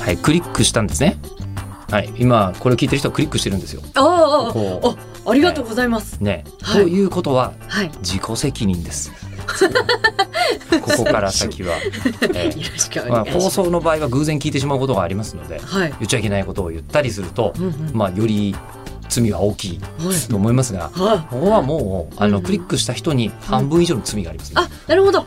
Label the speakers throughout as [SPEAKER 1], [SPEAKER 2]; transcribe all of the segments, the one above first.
[SPEAKER 1] はいクリックしたんですねはい今これを聞いてる人はクリックしてるんですよ
[SPEAKER 2] あ
[SPEAKER 1] こ
[SPEAKER 2] あああありがとうございます。
[SPEAKER 1] ね、
[SPEAKER 2] はい
[SPEAKER 1] ということは
[SPEAKER 2] はい。
[SPEAKER 1] 自己責任 です。ここから先は、え
[SPEAKER 2] よろしくお
[SPEAKER 1] えま
[SPEAKER 2] 願
[SPEAKER 1] あ、
[SPEAKER 2] いしま
[SPEAKER 1] 放
[SPEAKER 2] す。
[SPEAKER 1] 送の場合は偶然聞いてしまうことがありますので
[SPEAKER 2] はい。
[SPEAKER 1] 言っちゃいけないことを言ったりすると、
[SPEAKER 2] うんうん。
[SPEAKER 1] まあ、より罪は大きいと思いますが
[SPEAKER 2] はい。
[SPEAKER 1] ここはもうあ
[SPEAKER 2] う
[SPEAKER 1] の
[SPEAKER 2] ん
[SPEAKER 1] クリックした人に半分以上の罪があります、
[SPEAKER 2] あ、なるほど。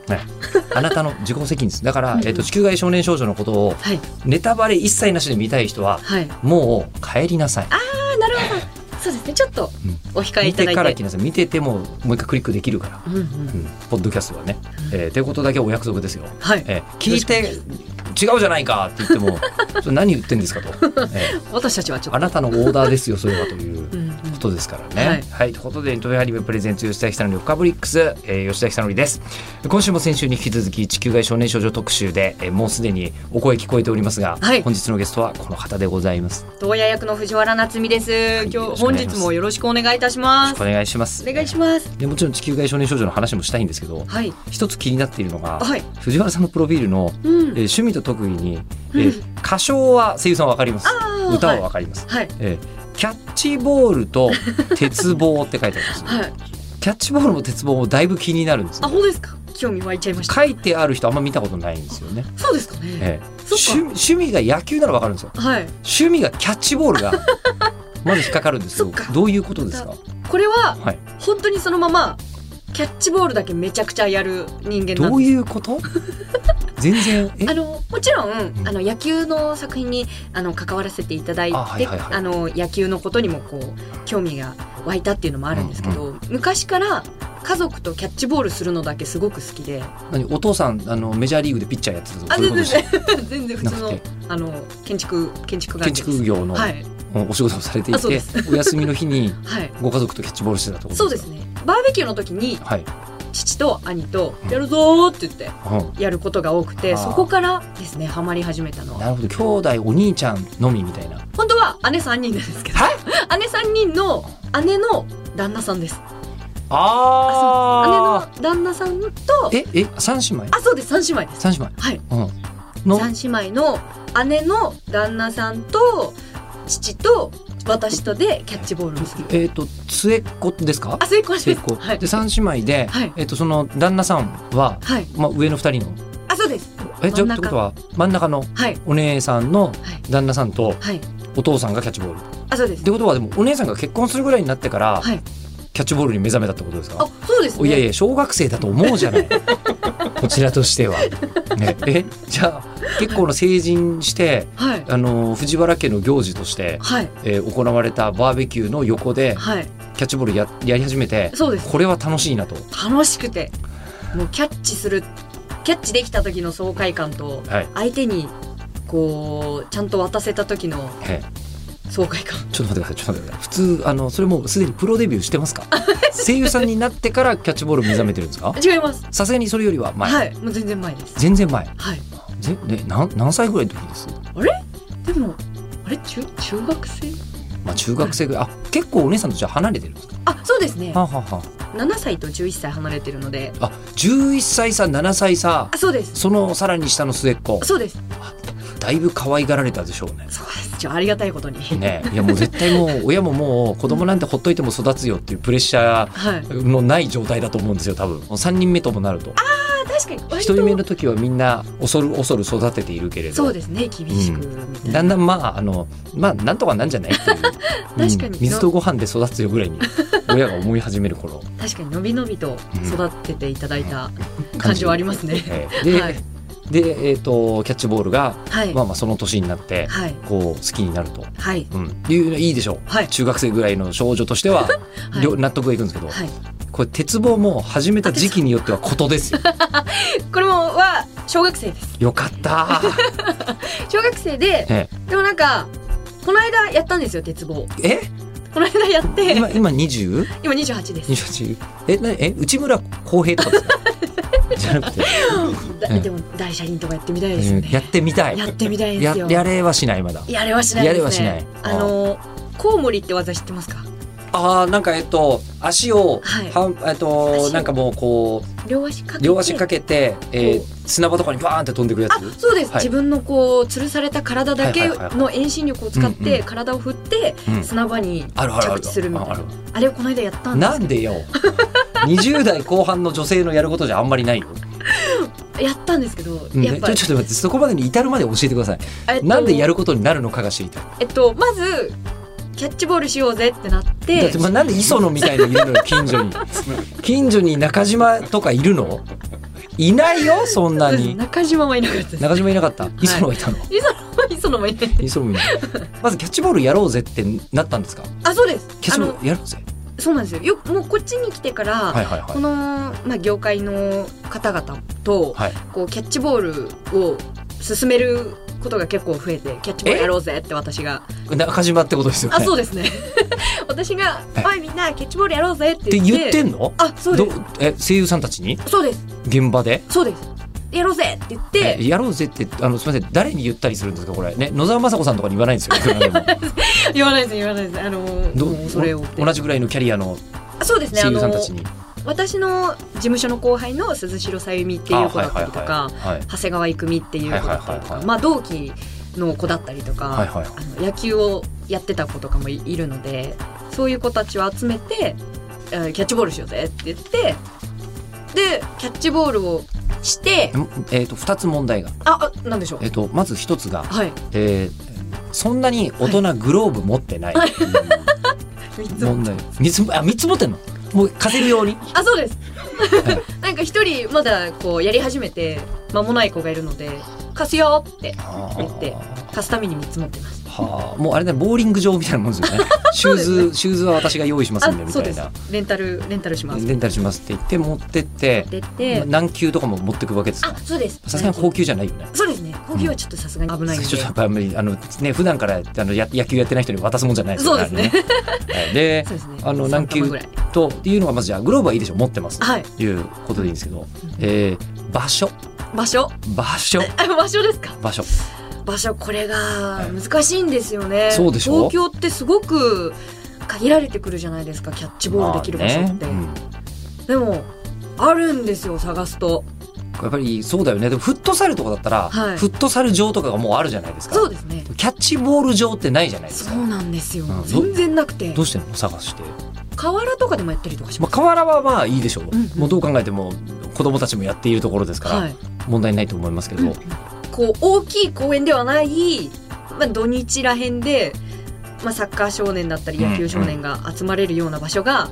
[SPEAKER 1] あなたの自己責任ですだから
[SPEAKER 2] う、ん
[SPEAKER 1] えっと、地球外少年少女のことを
[SPEAKER 2] はい
[SPEAKER 1] ネタバレ一切なしで見たい人は
[SPEAKER 2] はい。
[SPEAKER 1] もう帰りなさい
[SPEAKER 2] あ、なるほど。そうですね。ちょっとお控え
[SPEAKER 1] 見
[SPEAKER 2] いた
[SPEAKER 1] て
[SPEAKER 2] だい
[SPEAKER 1] から
[SPEAKER 2] て。
[SPEAKER 1] 来なさい見ててももう一回クリックできるから。
[SPEAKER 2] うんうん。
[SPEAKER 1] うんポッドキャストはね。えー、ということだけお約束ですよ。
[SPEAKER 2] はい。
[SPEAKER 1] えー聞いて違うじゃないかって言って もそれ何言ってんですかと、えー
[SPEAKER 2] 私たちはちょっ
[SPEAKER 1] あなたのオーダーですよそれはという
[SPEAKER 2] と。うんうん。
[SPEAKER 1] ことですからね。は
[SPEAKER 2] はいい、
[SPEAKER 1] ということで「トヨハリメプレゼンツ吉田久典のフカブリックス」えー吉田久典です。今週も先週に引き続き「地球外少年少女特集で」えーもうすでにお声聞こえておりますが、
[SPEAKER 2] はい
[SPEAKER 1] 本日のゲストはこの方でございます。よ
[SPEAKER 2] 東野役の藤原夏美です。
[SPEAKER 1] よろ
[SPEAKER 2] 今
[SPEAKER 1] しくお願いし
[SPEAKER 2] 日本
[SPEAKER 1] ます
[SPEAKER 2] 日もよろしくお願いいたし
[SPEAKER 1] ろ
[SPEAKER 2] ま
[SPEAKER 1] し
[SPEAKER 2] す
[SPEAKER 1] く。お願いします。
[SPEAKER 2] お願いします。
[SPEAKER 1] でもちろん地球外少年少女の話もしたいんですけど
[SPEAKER 2] はい
[SPEAKER 1] 一つ気になっているのが、
[SPEAKER 2] はい。
[SPEAKER 1] 藤原さんのプロフィールの
[SPEAKER 2] うん。
[SPEAKER 1] えー趣味と特技に、えー歌唱は声優さんわかります
[SPEAKER 2] あー
[SPEAKER 1] 歌はわかります、
[SPEAKER 2] はい
[SPEAKER 1] えーキャッチボール と鉄棒って書いてあります、
[SPEAKER 2] はい。はい。
[SPEAKER 1] キャッチボールも鉄棒もだいぶ気になるんです
[SPEAKER 2] あ、
[SPEAKER 1] よ
[SPEAKER 2] 本当ですか。興味湧いちゃいました。
[SPEAKER 1] 書いてある人あんま見たことないんですよね、
[SPEAKER 2] そうですかね。
[SPEAKER 1] えー
[SPEAKER 2] そっか
[SPEAKER 1] 趣趣味が野球ならわかるんで すよ
[SPEAKER 2] はい。
[SPEAKER 1] 趣味がキャッチボールがまず引っかかるんですけど
[SPEAKER 2] そっか
[SPEAKER 1] どういうことですか
[SPEAKER 2] これは
[SPEAKER 1] はい。
[SPEAKER 2] 本当にそのままキャッチボールだけめちゃくちゃやる人間なんです
[SPEAKER 1] どういうこと 全然え
[SPEAKER 2] あのもちろん、
[SPEAKER 1] ん
[SPEAKER 2] あの野球の作品にあの関わらせていただいて
[SPEAKER 1] あ
[SPEAKER 2] あ、
[SPEAKER 1] はいはいはい
[SPEAKER 2] の野球のことにもこう興味が湧いたっていうのもあるんですけど、昔から家族とキャッチボールするのだけすごく好きで
[SPEAKER 1] 何お父さんあのメジャーリーグでピッチャーやってたとか
[SPEAKER 2] あ
[SPEAKER 1] そういう
[SPEAKER 2] 全
[SPEAKER 1] ことで
[SPEAKER 2] 然
[SPEAKER 1] すか
[SPEAKER 2] 全然普
[SPEAKER 1] な
[SPEAKER 2] 通
[SPEAKER 1] く
[SPEAKER 2] の
[SPEAKER 1] て
[SPEAKER 2] あの建築建築会
[SPEAKER 1] 建
[SPEAKER 2] 社
[SPEAKER 1] 築業の
[SPEAKER 2] はい
[SPEAKER 1] お仕事をされてい
[SPEAKER 2] あそう
[SPEAKER 1] て
[SPEAKER 2] で
[SPEAKER 1] お休みの日に
[SPEAKER 2] はい
[SPEAKER 1] ご家族とキャッチボールしてたってこと
[SPEAKER 2] そう
[SPEAKER 1] で
[SPEAKER 2] ですす
[SPEAKER 1] か
[SPEAKER 2] ねバーベキューの時に
[SPEAKER 1] はい、
[SPEAKER 2] 父と兄と
[SPEAKER 1] うん
[SPEAKER 2] 「やるぞ!」って言って
[SPEAKER 1] う
[SPEAKER 2] やることが多くて、
[SPEAKER 1] あー
[SPEAKER 2] そこからですねハマり始めたの
[SPEAKER 1] ん、
[SPEAKER 2] は
[SPEAKER 1] なるほど兄弟お兄ちゃんのみみたいな
[SPEAKER 2] 本当は姉3人なんですけど姉3人の姉の旦那さんです姉の
[SPEAKER 1] あ
[SPEAKER 2] 旦那さんと
[SPEAKER 1] ええ三姉妹
[SPEAKER 2] あそうです3姉妹です
[SPEAKER 1] 三姉妹
[SPEAKER 2] はい
[SPEAKER 1] うんの
[SPEAKER 2] 三姉妹の姉の旦那さんと父と私とでキャッチボールをする
[SPEAKER 1] えっ、と末っ子ですか
[SPEAKER 2] あ成功
[SPEAKER 1] 末
[SPEAKER 2] で
[SPEAKER 1] っ
[SPEAKER 2] す
[SPEAKER 1] 子、
[SPEAKER 2] はい
[SPEAKER 1] で三姉妹で、
[SPEAKER 2] はい
[SPEAKER 1] えっ、とその旦那さんは、
[SPEAKER 2] はい
[SPEAKER 1] まあ、上の二人の
[SPEAKER 2] あそうです
[SPEAKER 1] えじゃ
[SPEAKER 2] 真ん
[SPEAKER 1] あ
[SPEAKER 2] 中
[SPEAKER 1] ってことは真ん中の
[SPEAKER 2] はい
[SPEAKER 1] お姉さんの
[SPEAKER 2] はい
[SPEAKER 1] 旦那さんと
[SPEAKER 2] はい
[SPEAKER 1] お父さんがキャッチボールっ
[SPEAKER 2] あそうです
[SPEAKER 1] てことはでもお姉さんが結婚するぐらいになってから、
[SPEAKER 2] はい
[SPEAKER 1] キャッチボールに目覚めたってことですか
[SPEAKER 2] あそうです
[SPEAKER 1] いやい
[SPEAKER 2] ね
[SPEAKER 1] や小学生だと思うじゃないこちらとしては、ね、えじゃあ結構の成人して
[SPEAKER 2] はい
[SPEAKER 1] あの藤原家の行事として、
[SPEAKER 2] はい
[SPEAKER 1] えー行われたバーベキューの横で
[SPEAKER 2] はい
[SPEAKER 1] キャッチボールややり始めて
[SPEAKER 2] そうです
[SPEAKER 1] これは楽しいなと、
[SPEAKER 2] 楽しくてもうキャッチするキャッチできた時の爽快感と
[SPEAKER 1] はい
[SPEAKER 2] 相手にこうちゃんと渡せた時の
[SPEAKER 1] え
[SPEAKER 2] 爽快感
[SPEAKER 1] ーちょっと待ってくださいちょっと待ってください普通あのそれもうすでにプロデビューしてますか声優さんになってからキャッチボール目覚めてるんですか
[SPEAKER 2] 違います
[SPEAKER 1] さすがにそれよりは前、
[SPEAKER 2] はいもう全然前です
[SPEAKER 1] 全然前
[SPEAKER 2] はい
[SPEAKER 1] ぜでなん何歳ぐらいの時です
[SPEAKER 2] でもあれ中中学生
[SPEAKER 1] まあ中学生ぐらいあ結構お姉さんとじゃあ離れてるんですか
[SPEAKER 2] あそうですね
[SPEAKER 1] はあはあはあ
[SPEAKER 2] 7歳と11歳離れてるので
[SPEAKER 1] あ、11歳差7歳差
[SPEAKER 2] あそうです
[SPEAKER 1] そのさらに下の末っ子
[SPEAKER 2] そうです
[SPEAKER 1] だいぶ可愛がられたでしょうね。
[SPEAKER 2] そうですじゃあありがたいことに、
[SPEAKER 1] ねいやもう絶対もう親ももう子供なんてほっといても育つよっていうプレッシャ
[SPEAKER 2] はい
[SPEAKER 1] ーのない状態だと思うんですよ多分3人目ともなると
[SPEAKER 2] あ確かに
[SPEAKER 1] 1
[SPEAKER 2] 割と
[SPEAKER 1] 人目の時はみんな恐る恐る育てているけれど
[SPEAKER 2] そうですね厳しくみたいな、
[SPEAKER 1] だんだんまああのまあなんとかなんじゃないっていう
[SPEAKER 2] 確かに
[SPEAKER 1] うん水とご飯で育つよぐらいに親が思い始める頃
[SPEAKER 2] 確かにのびのびと育てていただいた
[SPEAKER 1] 感
[SPEAKER 2] 感
[SPEAKER 1] じ
[SPEAKER 2] じはありますね、
[SPEAKER 1] えーで、
[SPEAKER 2] はい
[SPEAKER 1] で、えー、とキャッチボールが、
[SPEAKER 2] はい、
[SPEAKER 1] まあ、まあその年になって
[SPEAKER 2] はい
[SPEAKER 1] こう好きになると
[SPEAKER 2] はい
[SPEAKER 1] うん、いうのいいでしょう、
[SPEAKER 2] はい
[SPEAKER 1] 中学生ぐらいの少女として は、
[SPEAKER 2] はい
[SPEAKER 1] りょ納得がいくんですけど、
[SPEAKER 2] はい
[SPEAKER 1] これ鉄棒も始めた時期によってはことですよ。
[SPEAKER 2] これもは小学生です
[SPEAKER 1] よかった。
[SPEAKER 2] 小学生で
[SPEAKER 1] え
[SPEAKER 2] でもなんかこの間やったんですよ鉄棒
[SPEAKER 1] え、
[SPEAKER 2] この間やって
[SPEAKER 1] 今今二十？
[SPEAKER 2] 今28です
[SPEAKER 1] 二十八？えなえ内村航平とか ですか？じゃなくて、
[SPEAKER 2] だ
[SPEAKER 1] うん
[SPEAKER 2] でも大車輪とかやってみたいですよ
[SPEAKER 1] うんや
[SPEAKER 2] ね
[SPEAKER 1] っ、てみたい。
[SPEAKER 2] やってみたいですよ
[SPEAKER 1] ややれはしないまだ。
[SPEAKER 2] やれはしないで
[SPEAKER 1] や
[SPEAKER 2] すね
[SPEAKER 1] れはしない
[SPEAKER 2] あのコウモリって技知ってますか
[SPEAKER 1] ああなんかえっと足を
[SPEAKER 2] はい
[SPEAKER 1] 半えっと
[SPEAKER 2] 足を
[SPEAKER 1] なんかもうこ
[SPEAKER 2] 両足かけ
[SPEAKER 1] う
[SPEAKER 2] て
[SPEAKER 1] 両足かけて、え
[SPEAKER 2] こ
[SPEAKER 1] ー、砂場とかにバーンって飛んでくるや
[SPEAKER 2] あ
[SPEAKER 1] つ。
[SPEAKER 2] そうです、
[SPEAKER 1] はい
[SPEAKER 2] 自分のこう吊るされた体だ
[SPEAKER 1] は
[SPEAKER 2] け
[SPEAKER 1] いはいはいはい
[SPEAKER 2] の遠心力を使
[SPEAKER 1] う
[SPEAKER 2] っ
[SPEAKER 1] んうん
[SPEAKER 2] て体を振って
[SPEAKER 1] うん
[SPEAKER 2] 砂場に
[SPEAKER 1] あるあるある
[SPEAKER 2] 着地するみたいな
[SPEAKER 1] ある
[SPEAKER 2] あれをこの間やったんで
[SPEAKER 1] なんで よ。20代後半の女性のやることじゃあんまりないよ。
[SPEAKER 2] やったんですけど
[SPEAKER 1] うん
[SPEAKER 2] やっ
[SPEAKER 1] えち
[SPEAKER 2] ぱ
[SPEAKER 1] ょちょっと待ってそこまでに至るまで教えてください、
[SPEAKER 2] えっと
[SPEAKER 1] なんでやることになるのかが知りたい
[SPEAKER 2] えっとまずキャッチボールしようぜってなっ
[SPEAKER 1] だ
[SPEAKER 2] て
[SPEAKER 1] って、まあ、なんで磯野みたいのいるの よ近所に近所に中島とかいるのいないよそんな に
[SPEAKER 2] 中島はいなかったです
[SPEAKER 1] 中島いなかった磯野がいたの、
[SPEAKER 2] 磯野もいない
[SPEAKER 1] 磯野もいないまずキャッチボールやろうぜってなったんですか
[SPEAKER 2] あそうです
[SPEAKER 1] キャッ
[SPEAKER 2] あ
[SPEAKER 1] チボ
[SPEAKER 2] の
[SPEAKER 1] ールやろうぜ
[SPEAKER 2] そうなんですよよもうこっちに来てから、
[SPEAKER 1] はいはいは
[SPEAKER 2] こ
[SPEAKER 1] い
[SPEAKER 2] の、まあ、業界の方々と、
[SPEAKER 1] はい
[SPEAKER 2] こうキャッチボールを進めることが結構増えてキャッチボールやろうぜって私が
[SPEAKER 1] 中島ってことですよね
[SPEAKER 2] あそう
[SPEAKER 1] っ
[SPEAKER 2] ですね私が
[SPEAKER 1] え
[SPEAKER 2] 「おいみんなキャッチボールやろうぜ」って
[SPEAKER 1] て
[SPEAKER 2] 言って
[SPEAKER 1] 言ってんの
[SPEAKER 2] あそう
[SPEAKER 1] ど
[SPEAKER 2] です
[SPEAKER 1] え声優さんたちに
[SPEAKER 2] そうです
[SPEAKER 1] 現場で
[SPEAKER 2] そうですやろうぜって言っ
[SPEAKER 1] え
[SPEAKER 2] て
[SPEAKER 1] やろうぜってあのすみません誰に言ったりするんですかこれね野沢雅子さんとかに言わないんですよいくらで も
[SPEAKER 2] 言わないです言わないですあの
[SPEAKER 1] ど
[SPEAKER 2] もうそれをって
[SPEAKER 1] 同じぐらいのキャリアの
[SPEAKER 2] あそうですね
[SPEAKER 1] 声
[SPEAKER 2] あ
[SPEAKER 1] 優
[SPEAKER 2] の
[SPEAKER 1] さんたちに
[SPEAKER 2] 私の事務所の後輩の鈴代さゆみっていう子だったりとか、
[SPEAKER 1] あはいはいはい
[SPEAKER 2] 長谷川育美っていう子だった
[SPEAKER 1] はいは
[SPEAKER 2] りと
[SPEAKER 1] いはい
[SPEAKER 2] か
[SPEAKER 1] はい
[SPEAKER 2] まあ同期の子だったりとか、
[SPEAKER 1] はいはいはい
[SPEAKER 2] あの野球をやってた子とかもいいるのでそういう子たちを集めてえーキャッチボールしようぜって言ってでキャッチボールをして
[SPEAKER 1] んえー、と2つ問題が、
[SPEAKER 2] ああなんでしょう
[SPEAKER 1] えー、とまず1つが、
[SPEAKER 2] はい
[SPEAKER 1] えーそんなに大人グローブ持ってないっていう
[SPEAKER 2] 三 つ
[SPEAKER 1] 問題3つあ三つ持ってんのもう風るように
[SPEAKER 2] あそ うです
[SPEAKER 1] い
[SPEAKER 2] なんか一人まだこうやり始めて間もない子がいるので貸すよって持って貸すために三つ持ってます
[SPEAKER 1] はあもうあれねボーリング場みたいなもんですよ ねシューズ、シューズは私が用意しますんで
[SPEAKER 2] あ
[SPEAKER 1] み
[SPEAKER 2] そう
[SPEAKER 1] た
[SPEAKER 2] で
[SPEAKER 1] い
[SPEAKER 2] す
[SPEAKER 1] な
[SPEAKER 2] レンタルレンタルします
[SPEAKER 1] レンタルしますって言って持ってって
[SPEAKER 2] 出て
[SPEAKER 1] 何球とかも持ってくわけです
[SPEAKER 2] あ
[SPEAKER 1] か
[SPEAKER 2] そうです
[SPEAKER 1] さすがに高級じゃないよね
[SPEAKER 2] そうですね高級はちょっとさすがに危ないんで
[SPEAKER 1] ちょっとやっぱりあのね普段からあのや野球やってない人に渡すもんじゃないですよ
[SPEAKER 2] そうです
[SPEAKER 1] あ
[SPEAKER 2] ね
[SPEAKER 1] れねはいで
[SPEAKER 2] そうですね
[SPEAKER 1] あの何
[SPEAKER 2] 三玉
[SPEAKER 1] 球
[SPEAKER 2] ぐらい
[SPEAKER 1] とっていうのがまずじゃあグローブはいいでしょ持ってます
[SPEAKER 2] はい
[SPEAKER 1] ということでいいんですけど、えー場所
[SPEAKER 2] 場所
[SPEAKER 1] 場所
[SPEAKER 2] あ場所ですか
[SPEAKER 1] 場所
[SPEAKER 2] 場所これが
[SPEAKER 1] い
[SPEAKER 2] 難しいんですよね
[SPEAKER 1] そうでしょ
[SPEAKER 2] 東京ってすごく限られてくるじゃないですかキャッチボールできる場所って、
[SPEAKER 1] まあねうん
[SPEAKER 2] でもあるんですよ探すと
[SPEAKER 1] やっぱりそうだよねでもフットサルとかだったら、
[SPEAKER 2] はい
[SPEAKER 1] フットサル場とかがもうあるじゃないですか
[SPEAKER 2] そうですね
[SPEAKER 1] キャッチボール場ってないじゃないです
[SPEAKER 2] そ
[SPEAKER 1] か
[SPEAKER 2] うなんですよ、
[SPEAKER 1] うん
[SPEAKER 2] 全然なくて
[SPEAKER 1] どうしてんの探して、
[SPEAKER 2] 河原とかでもやったりとかし
[SPEAKER 1] ま
[SPEAKER 2] ま
[SPEAKER 1] あ、河原はまあいいでしょう、
[SPEAKER 2] んうん
[SPEAKER 1] もうどう考えても子供たちもやっているところですか
[SPEAKER 2] す
[SPEAKER 1] ら、
[SPEAKER 2] はい
[SPEAKER 1] 問題ないと思いますけど、
[SPEAKER 2] うんこう大きい公園ではない、まあ、土日らへんで、まあ、サッカー少年だったり野球少年が集まれるような場所が、
[SPEAKER 1] う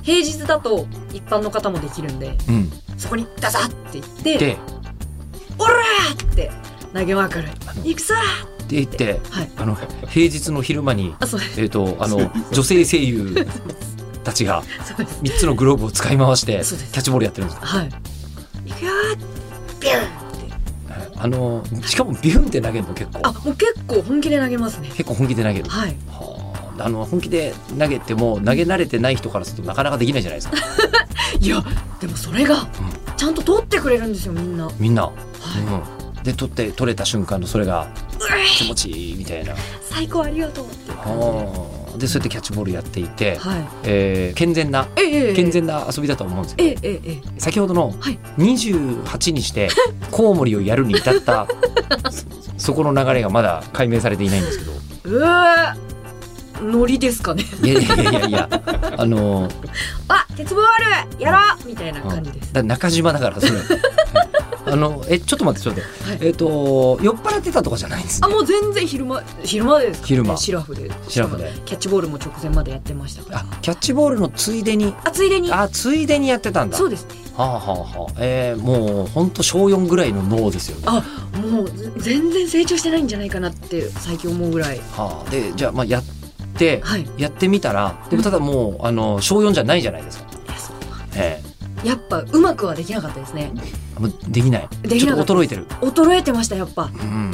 [SPEAKER 2] 平日だと一般の方もできるんで
[SPEAKER 1] うん、
[SPEAKER 2] そこにダサって行って
[SPEAKER 1] で
[SPEAKER 2] 「オラ!」って投げまくる
[SPEAKER 1] あ
[SPEAKER 2] 「
[SPEAKER 1] の
[SPEAKER 2] 行くさ!」
[SPEAKER 1] で行って
[SPEAKER 2] はい
[SPEAKER 1] あの平日の昼間に、
[SPEAKER 2] あそうです
[SPEAKER 1] えー、とあの女性声優たちが
[SPEAKER 2] そうです
[SPEAKER 1] 3つのグローブを使い回してキ
[SPEAKER 2] そうです
[SPEAKER 1] ャッチボールやってるんです
[SPEAKER 2] はい「行くよ!」ビュンって
[SPEAKER 1] あのしかもビュンって投げるの結構
[SPEAKER 2] あもう結構本気で投げますね
[SPEAKER 1] 結構本気で投げる、
[SPEAKER 2] はい
[SPEAKER 1] はあ、あの本気で投げても投げ慣れてない人からするとなかなかできないじゃないですか
[SPEAKER 2] いやでもそれがちゃんと取ってくれるんですよみんなはい
[SPEAKER 1] みんな、うん、で取って取れた瞬間のそれが気持ちいいみたいな、
[SPEAKER 2] 最高ありがとうっていう感じで
[SPEAKER 1] はあ、でそうやってキャッチボールやっていて、
[SPEAKER 2] はい
[SPEAKER 1] えー健全な
[SPEAKER 2] ええええ
[SPEAKER 1] 健全な遊びだと思うんですよ
[SPEAKER 2] ええええ
[SPEAKER 1] 先ほどの
[SPEAKER 2] はい
[SPEAKER 1] 28に してコウモリをやるに至ったそそこの流れがまだ解明されていないんですけど
[SPEAKER 2] うわノリですかね
[SPEAKER 1] いやいやいやいやあのー
[SPEAKER 2] あ鉄棒あるやろうみたいな感じです、
[SPEAKER 1] だ中島だ からそれあのえちょっと待ってちょっと待って、えっ、と酔っ払ってたとかじゃないんです
[SPEAKER 2] あ
[SPEAKER 1] ね
[SPEAKER 2] もう全然昼間昼間ですか、ね、
[SPEAKER 1] 昼間
[SPEAKER 2] シラフで
[SPEAKER 1] シラフで
[SPEAKER 2] キャッチボールも直前までやってましたから
[SPEAKER 1] あキャッチボールのついでに
[SPEAKER 2] あついでに
[SPEAKER 1] あついでにやってたんだ
[SPEAKER 2] そうですね
[SPEAKER 1] はあはあはあえーもうほんと小4ぐらいの脳ですよね
[SPEAKER 2] あもうぜ全然成長してないんじゃないかなって最近思うぐらい
[SPEAKER 1] はあでじゃあまあやって
[SPEAKER 2] はい
[SPEAKER 1] やってみたらでもただもうあの小4じゃないじゃないですか
[SPEAKER 2] いやそう
[SPEAKER 1] ええ
[SPEAKER 2] やっぱうまくはできなかったですね
[SPEAKER 1] もうできない
[SPEAKER 2] できなかっ
[SPEAKER 1] ち
[SPEAKER 2] た
[SPEAKER 1] ょっと衰えてる
[SPEAKER 2] 衰えてましたやっぱ
[SPEAKER 1] うん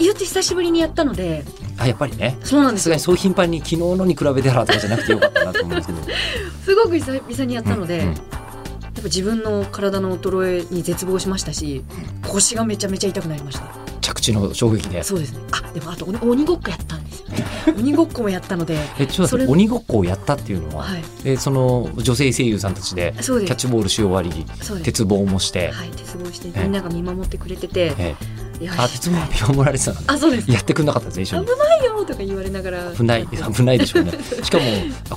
[SPEAKER 2] 言って久しぶりにやったので
[SPEAKER 1] あやっぱりね
[SPEAKER 2] そうなん
[SPEAKER 1] さ
[SPEAKER 2] ですす
[SPEAKER 1] が
[SPEAKER 2] よ
[SPEAKER 1] にそう頻繁に昨日のに比べてらとかじゃなくてよかったなと思うんですけど
[SPEAKER 2] すごく久々にやったので、
[SPEAKER 1] うんう
[SPEAKER 2] やっぱ自分の体の衰えに絶望しましたし腰がめちゃめちゃ痛くなりました
[SPEAKER 1] ん着地の衝撃で
[SPEAKER 2] そうですねあでもあと鬼鬼ごっこやった んですよね鬼ごっこもやったので
[SPEAKER 1] えちょっと待
[SPEAKER 2] そ
[SPEAKER 1] っ
[SPEAKER 2] れ
[SPEAKER 1] て鬼ごっこをやったっていうのは、
[SPEAKER 2] はい
[SPEAKER 1] えその女性声優さんたちで
[SPEAKER 2] そう
[SPEAKER 1] キ
[SPEAKER 2] で
[SPEAKER 1] ャッチボールし終わり
[SPEAKER 2] すそうです
[SPEAKER 1] 鉄棒もして、
[SPEAKER 2] はい鉄棒して
[SPEAKER 1] え
[SPEAKER 2] みんなが見守ってくれてて
[SPEAKER 1] え
[SPEAKER 2] いや
[SPEAKER 1] ーあ鉄棒は見守られてたの
[SPEAKER 2] あそうです
[SPEAKER 1] やってくんなかったんですね一緒に
[SPEAKER 2] ないよとか言われながら
[SPEAKER 1] 危ない危ないでしょう ねしかも